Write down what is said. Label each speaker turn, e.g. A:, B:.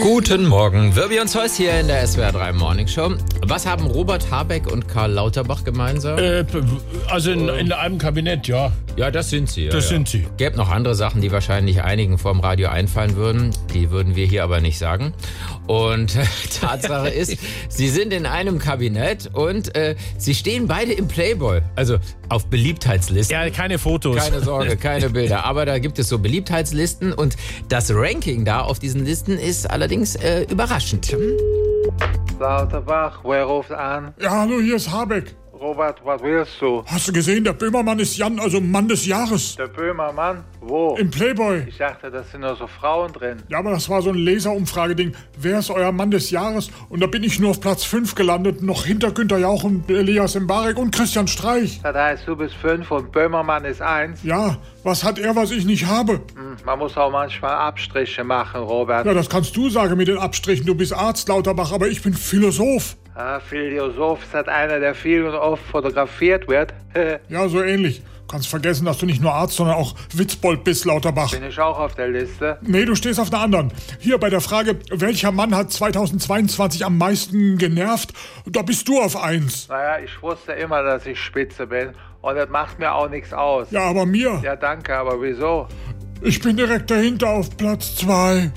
A: Guten Morgen, Wirbi und Zeus hier in der SWR 3 Morning Show. Was haben Robert Habeck und Karl Lauterbach gemeinsam?
B: Äh, p- also in, in einem Kabinett, ja.
A: ja, das sind sie. Ja,
B: Das
A: ja.
B: sind sie.
A: Gäbe noch andere Sachen, die wahrscheinlich einigen vorm Radio einfallen würden. Die würden wir hier aber nicht sagen. Und äh, Tatsache ist, sie sind in einem Kabinett und äh, sie stehen beide im Playboy. Also auf Beliebtheitslisten.
C: Ja, keine Fotos.
A: Keine Sorge, keine Bilder. Aber da gibt es so Beliebtheitslisten und das Ranking da auf diesen Listen ist allerdings äh, überraschend.
D: Lauterbach, wer ruft an?
E: Ja, hallo, hier ist Habeck.
D: Robert, was willst du?
E: Hast du gesehen, der Böhmermann ist Jan, also Mann des Jahres.
D: Der Böhmermann? Wo?
E: Im Playboy.
D: Ich dachte, da sind nur so Frauen drin.
E: Ja, aber das war so ein Leserumfrageding. Wer ist euer Mann des Jahres? Und da bin ich nur auf Platz 5 gelandet, noch hinter Günter Jauch und Elias Mbarek und Christian Streich.
D: Das heißt, du bist fünf und Böhmermann ist eins.
E: Ja, was hat er, was ich nicht habe?
D: Hm, Man muss auch manchmal Abstriche machen, Robert.
E: Ja, das kannst du sagen mit den Abstrichen. Du bist Arzt, Lauterbach, aber ich bin Philosoph.
D: Ah, Philosoph ist das einer, der viel und oft fotografiert wird.
E: Ja, so ähnlich. Kannst vergessen, dass du nicht nur Arzt, sondern auch Witzbold bist, Lauterbach.
D: bin ich auch auf der Liste.
E: Nee, du stehst auf einer anderen. Hier bei der Frage, welcher Mann hat 2022 am meisten genervt? Da bist du auf eins.
D: Naja, ich wusste immer, dass ich spitze bin. Und das macht mir auch nichts aus.
E: Ja, aber mir.
D: ja, danke, aber wieso?
E: Ich bin direkt dahinter auf Platz zwei.